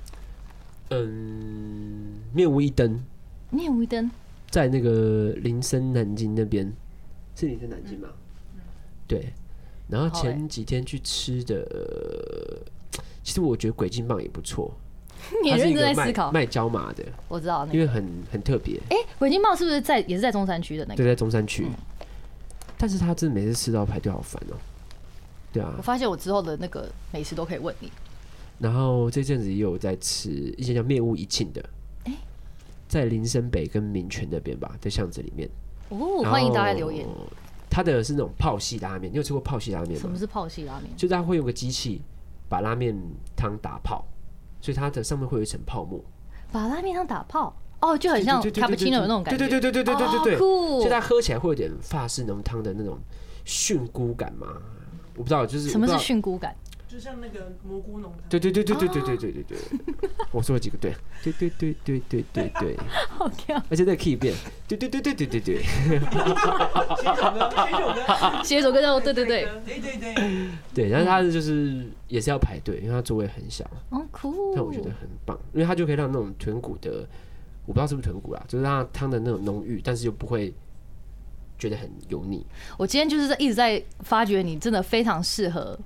Speaker 1: 嗯，面无一灯，
Speaker 2: 面无一 *laughs* 灯，
Speaker 1: 在那个林森南京那边，是林森南京吗？对。然后
Speaker 2: 好
Speaker 1: 前几天去吃的，呃其实我觉得鬼劲棒也不错。
Speaker 2: 你
Speaker 1: 它是
Speaker 2: 认
Speaker 1: 一
Speaker 2: 真
Speaker 1: 个
Speaker 2: 在
Speaker 1: 卖
Speaker 2: 思考。
Speaker 1: 卖椒麻的，
Speaker 2: 我知道那
Speaker 1: 因
Speaker 2: 个。
Speaker 1: 为很很特别。
Speaker 2: 哎、鬼金茂是不是在也是在中山区的那个？
Speaker 1: 对，在中山区。但是他真的每次吃到排队好烦哦。对啊
Speaker 2: 我，发现我之后的那个美食都可以问你。
Speaker 1: 然后这阵子也有在吃一些叫面屋一庆的，
Speaker 2: 哎
Speaker 1: 在林森北跟民权那边吧，在巷子里面。
Speaker 2: 哦，
Speaker 1: 然后
Speaker 2: 欢迎大家留言。。
Speaker 1: 它的是那种泡系拉面，你有吃过泡系拉面
Speaker 2: 什
Speaker 1: 吗
Speaker 2: 么？是泡系拉面？
Speaker 1: 就是它会用个机器把拉面汤打泡，所以它的上面会有一层泡沫，
Speaker 2: 把拉面上打泡哦，就很像
Speaker 1: 对对对
Speaker 2: 卡布奇诺那种感觉。哦
Speaker 1: 对对对对对对对对对，
Speaker 2: 酷
Speaker 1: 所以它喝起来会有点法式浓汤的那种菌菇感嘛。我不知道，就是
Speaker 2: 什么
Speaker 1: 我
Speaker 2: 是
Speaker 1: 不知道
Speaker 2: 菌菇感？
Speaker 3: 就像那个蘑菇浓汤，
Speaker 1: *laughs* 对对对对对对对对对对，我说了几个对，对对对对对对对。
Speaker 2: 好跳！
Speaker 1: 而且那个 key 变，对对对对对对对，
Speaker 3: 写一首歌，写一首歌，
Speaker 2: 写一首歌叫《哦对对对》，
Speaker 3: 对对对，
Speaker 1: 对，然后他就是也是要排队，因为他座位很小，
Speaker 2: 哦，酷！
Speaker 1: 但我觉得很棒，因为他就可以让那种豚骨的，我不知道是不是豚骨啦，就是让它汤的那种浓郁，但是又不会觉得很油腻。
Speaker 2: 我今天就是在一直在发掘你真的非常适合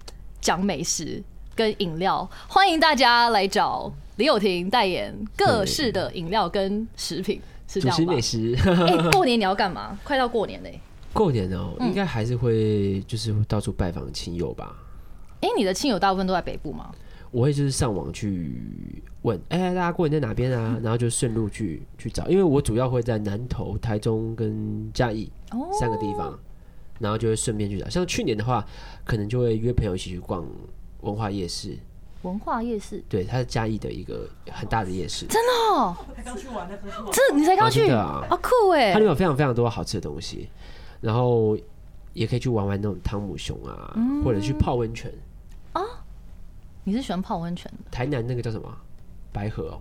Speaker 2: 讲美食跟饮料，欢迎大家来找李友廷代言各式的饮料跟食品，是
Speaker 1: 主
Speaker 2: 这样
Speaker 1: 食
Speaker 2: 吧
Speaker 1: 美？食，
Speaker 2: 哎，过年你要干嘛？快到过年嘞！
Speaker 1: 过年哦、应该还是会就是到处拜访亲友吧。
Speaker 2: 哎，你的亲友大部分都在北部吗？
Speaker 1: 我会就是上网去问，哎、大家过年在哪边
Speaker 2: 嗯
Speaker 1: 啊？然后就顺路去去找，因为我主要会在南投、台中跟嘉义
Speaker 2: 哦
Speaker 1: 三个地方，然后就会顺便去找。像去年的话，可能就会约朋友一起去逛文化夜市，
Speaker 2: 文化夜市，
Speaker 1: 对，它是嘉义的一个很大的夜市，
Speaker 2: 真的哦，
Speaker 3: 他刚去玩，他刚去玩，
Speaker 2: 这你才刚
Speaker 1: 啊真
Speaker 2: 去
Speaker 1: 的啊
Speaker 2: 啊，酷哎
Speaker 1: 它里！面有非常非常多好吃的东西，然后也可以去玩玩那种汤姆熊啊，
Speaker 2: 嗯
Speaker 1: 或者去泡温泉。
Speaker 2: 你是喜欢泡温泉的？
Speaker 1: 台南那个叫什么啊？白河哦，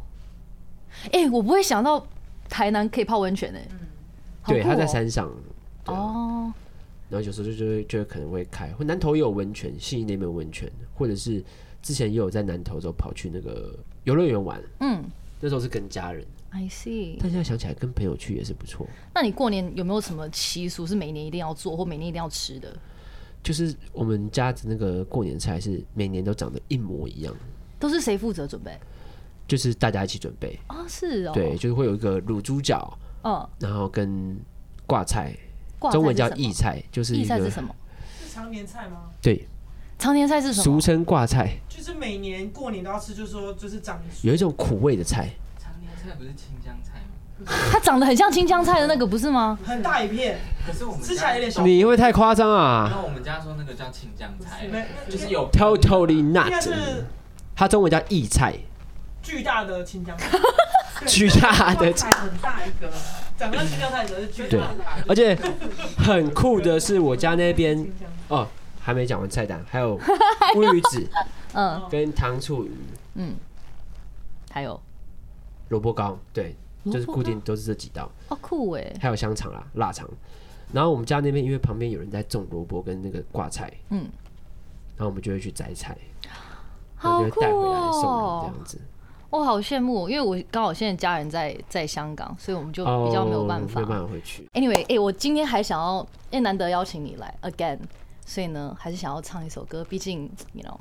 Speaker 2: 哎，我不会想到台南可以泡温泉哎，好
Speaker 1: 对，
Speaker 2: 酷
Speaker 1: 它在
Speaker 2: 哦
Speaker 1: 山上。对啊
Speaker 2: 哦，
Speaker 1: 然后有时候就就会就会可能会开，或南投也有温泉，信义那边有温泉，或者是之前也有在南投的时候跑去那个游乐园玩，
Speaker 2: 嗯
Speaker 1: 那时候是跟家人，
Speaker 2: ，I see。
Speaker 1: 但现在想起来跟朋友去也是不错，
Speaker 2: 那你过年有没有什么习俗是每年一定要做或每年一定要吃的？
Speaker 1: 就是我们家的那个过年菜是每年都长得一模一样，
Speaker 2: 都是谁负责准备？
Speaker 1: 就是大家一起准备，
Speaker 2: 啊、是哦，
Speaker 1: 对，，就是会有一个卤猪脚，
Speaker 2: 嗯，
Speaker 1: 然后跟挂菜，
Speaker 2: 挂菜
Speaker 1: 中文
Speaker 2: 是
Speaker 1: 叫
Speaker 2: 什么
Speaker 1: 薏菜，就是一
Speaker 2: 薏菜
Speaker 1: 个
Speaker 2: 是什么？
Speaker 3: 是常年菜吗？
Speaker 1: 对，
Speaker 2: 常年菜是什
Speaker 1: 俗
Speaker 2: 么？
Speaker 1: 称挂菜，
Speaker 3: 就是每年过年都要吃，就是说就是长
Speaker 1: 有一种苦味的菜，
Speaker 4: 常年菜不是清江菜吗？
Speaker 2: 它长得很像青江菜的那个，不是吗？
Speaker 3: 很大一片，
Speaker 4: 可是我们
Speaker 3: 吃起来有点小，
Speaker 1: 你会太夸张啊
Speaker 4: 那我们家说那个叫清江菜，
Speaker 3: 没
Speaker 4: 就是有
Speaker 1: ，totally
Speaker 3: 应该
Speaker 1: not，
Speaker 3: 是
Speaker 1: 它中文叫薏菜。
Speaker 3: 巨大的清江菜，
Speaker 1: 巨 *laughs* 大
Speaker 3: *laughs*
Speaker 1: 的，
Speaker 4: 菜很大一个，
Speaker 3: 长得像清江菜的是巨
Speaker 1: 对
Speaker 3: 大的，
Speaker 1: 而且很酷的是，我家那边
Speaker 3: 清江
Speaker 1: 哦，还没讲完菜单，还有乌鱼子
Speaker 2: 嗯，
Speaker 1: 跟糖醋鱼、
Speaker 2: 还有，
Speaker 1: 萝卜糕，对，就是
Speaker 2: 萝卜
Speaker 1: 固定都是这几道，
Speaker 2: 哦酷哎，
Speaker 5: 欸
Speaker 1: 还有香肠啦、腊肠。然后我们家那边因为旁边有人在种萝卜跟那个挂菜，
Speaker 2: 嗯
Speaker 1: 嗯，然后我们就会去摘菜，然
Speaker 2: 好
Speaker 1: 后就
Speaker 2: 酷
Speaker 1: 会带回来送人这
Speaker 2: 哦
Speaker 1: 样！子。
Speaker 5: 我好羡慕，因为我刚好现在家人在在香港，所以我们就
Speaker 1: 哦
Speaker 5: 比较没有办法。
Speaker 2: 没办法回去。
Speaker 5: Anyway，哎、我今天还想要，因为难得邀请你来 again，所以呢，还是想要唱一首歌。毕竟你知道，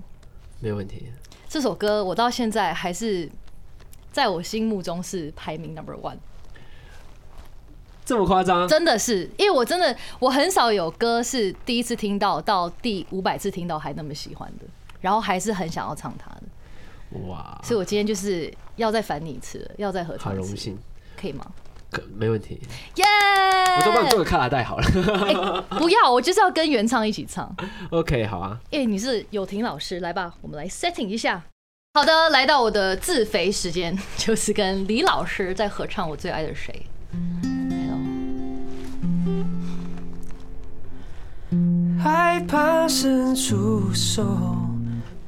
Speaker 2: 没有问题。
Speaker 5: 这首歌我到现在还是在我心目中是排名 number one，
Speaker 2: 这么夸张？
Speaker 5: 真的是，因为我真的我很少有歌是第一次听到到第五百次听到还那么喜欢的，然后还是很想要唱它的。
Speaker 2: 哇，
Speaker 5: 所以我今天就是要再烦你一次了，要再合唱
Speaker 2: 好
Speaker 5: 一次，
Speaker 2: 荣幸，
Speaker 5: 可以吗？
Speaker 2: 可没问题。
Speaker 5: 耶、
Speaker 2: 我都帮你做个卡拉带好了。
Speaker 1: *laughs*
Speaker 5: 不要，我就是要跟原唱一起唱。
Speaker 2: OK，好啊。
Speaker 5: 哎、你是友婷老师，来吧，我们来 setting 一下。好的，来到我的自肥时间， *laughs* 就是跟李老师在合唱我最爱的谁。Hello，
Speaker 6: 害怕伸出手，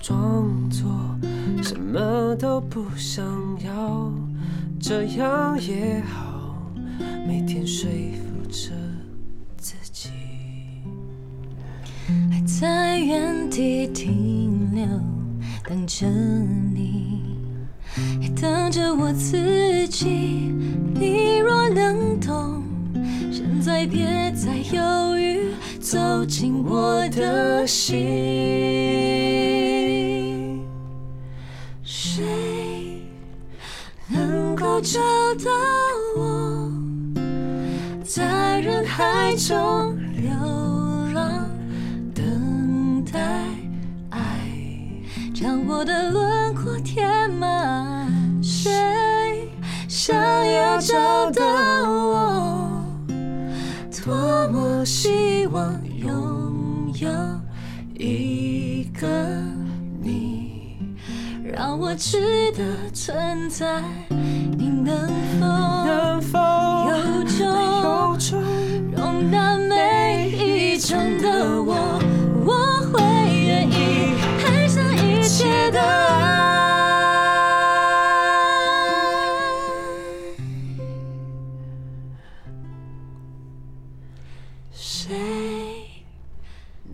Speaker 6: 装作什么都不想要，这样也好，每天说服着自己。
Speaker 5: 还在原地停留，等着你，也等着我自己。你若能懂，现在别再犹豫，走进我的心。谁能够找到我，在人海中流浪？等待爱，将我的轮廓填满。谁想要找到我？多么希望拥有一个你，让我值得存在。你能否
Speaker 6: 能否
Speaker 5: 有种？
Speaker 6: 有种
Speaker 5: 容纳每一种的我，我会愿意爱上一切的爱。谁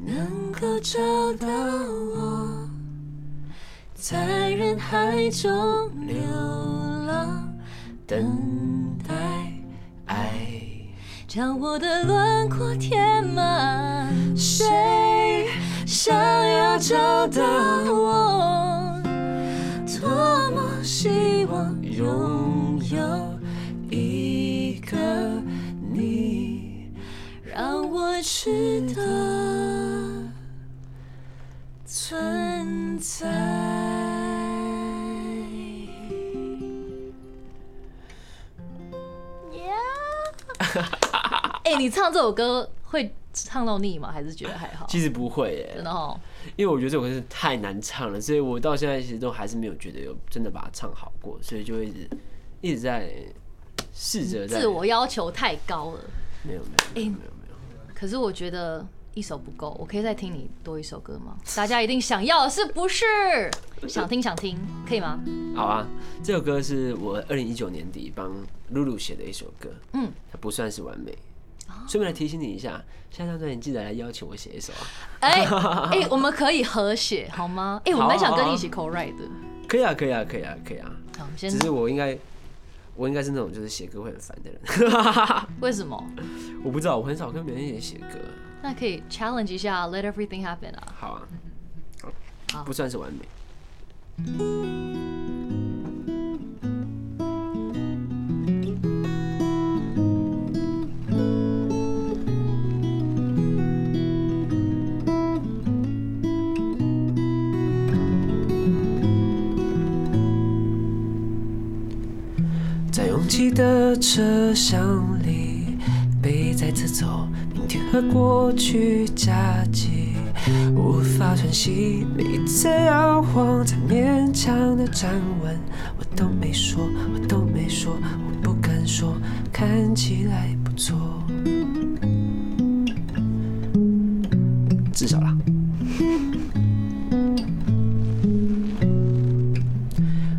Speaker 5: 能够找到我，在人海中流浪，等待爱？将我的轮廓填满。谁想要找到我？多么希望拥有一个你，让我值得存在。哎、你唱这首歌会唱到腻吗？还是觉得还好？
Speaker 1: 其实不会耶、
Speaker 5: 真的哦，
Speaker 1: 因为我觉得这首歌是太难唱了，所以我到现在其实都还是没有觉得有真的把它唱好过，所以就一直一直在试着在
Speaker 5: 自我哎要求太高了。
Speaker 1: 没有没有没有没有没有，
Speaker 5: 可是我觉得一首不够，我可以再听你多一首歌吗？大家一定想要是不是？想听想听，可以吗？
Speaker 1: 好啊，这首歌是我二零一九年底帮露露写的一首歌，
Speaker 5: 嗯，哦
Speaker 1: 它不算是完美。顺便来提醒你一下，下张专辑记得来邀请我写一首啊！ *laughs*
Speaker 5: 哎、哎、我们可以和写好吗？哎、我
Speaker 1: 好啊
Speaker 5: 蛮想跟
Speaker 1: 好啊
Speaker 5: 你一起 co write 的。
Speaker 1: 可以啊，可以啊，可以啊，可以啊！
Speaker 5: 好，我们先
Speaker 1: 只是我应该，我应该是那种就是写歌会很烦的人， *laughs*
Speaker 5: 为什么？
Speaker 1: 我不知道，我很少跟别人一起写歌。
Speaker 5: 那可以 challenge 一下，let everything happen 啊。
Speaker 1: 好啊，
Speaker 5: 嗯好
Speaker 1: 不算是完美。
Speaker 6: 在拥挤的车厢里，被再次走，明天和过去夹击，无法喘息，每一次摇晃，才勉强的站稳。我都没说，我都没说，我不敢说，看起来不错，至少啦。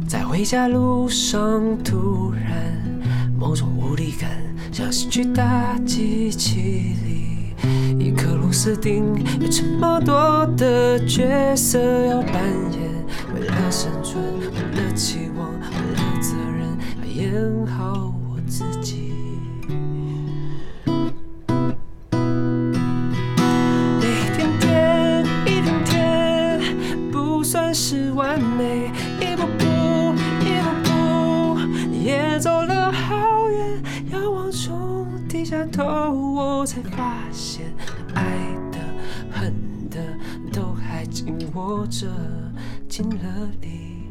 Speaker 6: 在回家路上，突然某种无力感，像是巨大机器里一颗螺丝钉，有这么多的角色要扮演，为了生存，为了期望，为演好我自己。一点点，一点点，不算是完美，一步步，一步步，也走了好远。遥望中低下头，我才发现，爱的、恨的，都还紧握着。进了你，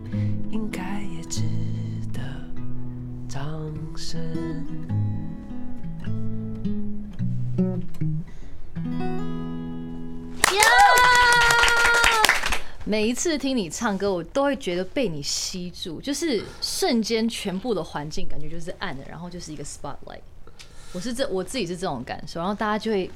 Speaker 6: 应该也值得掌声。
Speaker 2: 每一次听你唱歌，我都会觉得被你吸住，就是瞬间全部的环境感觉就是暗的，然后就是一个 spotlight。我是这我自己是这种感受，然后大家就会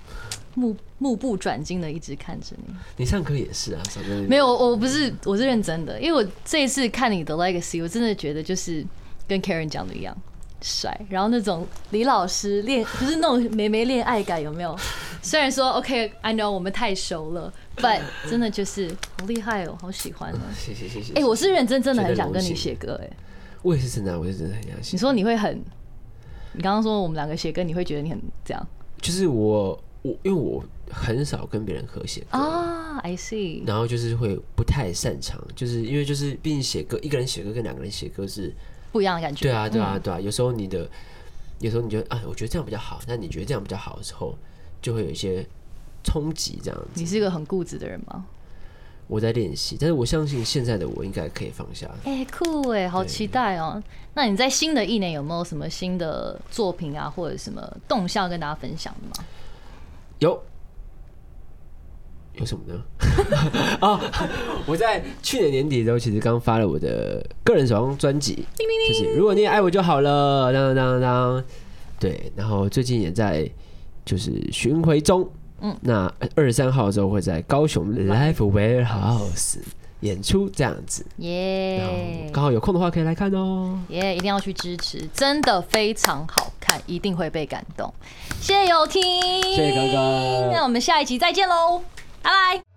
Speaker 2: 目目不转睛的一直看着你。
Speaker 1: 你唱歌也是啊，唱歌
Speaker 2: 没有，我不是，我是认真的，因为我这一次看你的 Legacy，我真的觉得就是跟 Karen 讲的一样帅，然后那种李老师恋，就是那种梅梅恋爱感有没有？虽然说 OK，I、know 我们太熟了，but 真的就是好厉害哦，好喜欢哦。
Speaker 1: 谢谢谢谢。
Speaker 2: 哎、我是认真真的
Speaker 1: 觉得
Speaker 2: 很想跟
Speaker 1: 荣
Speaker 2: 你
Speaker 1: 幸
Speaker 2: 写歌哎、
Speaker 1: 我也是真的啊，我是真的很想写
Speaker 2: 你。说你会很，你刚刚说我们两个写歌，你会觉得你很这样
Speaker 1: 就是我我因为我很少跟别人合写歌，
Speaker 2: 啊？I see，
Speaker 1: 然后就是会不太擅长，就是因为就是毕竟写歌，一个人写歌跟两个人写歌是，
Speaker 2: 不一样的感觉。
Speaker 1: 对啊对
Speaker 2: 嗯
Speaker 1: 啊对啊，有时候你的，有时候你觉得啊，我觉得这样比较好，那你觉得这样比较好的时候，就会有一些冲击这样子。
Speaker 2: 你是一个很固执的人吗？
Speaker 1: 我在练习，但是我相信现在的我应该可以放下。
Speaker 2: 哎、酷哎、好期待哦、那你在新的一年有没有什么新的作品啊，或者什么动向跟大家分享的吗？
Speaker 1: 有有什么呢？ *laughs* 啊，我在去年年底的时候，其实刚发了我的个人首张专辑，就是如果你也爱我就好了，当当当当，对。然后最近也在就是巡回中，嗯，那二十三号的时候会在高雄 Live Warehouse 演出这样子，然后
Speaker 2: 耶
Speaker 1: 刚好有空的话可以来看哦。
Speaker 2: 耶，一定要去支持，真的非常好看，一定会被感动。谢谢友听，
Speaker 1: 谢谢哥哥
Speaker 2: 那我们下一集再见喽，拜拜。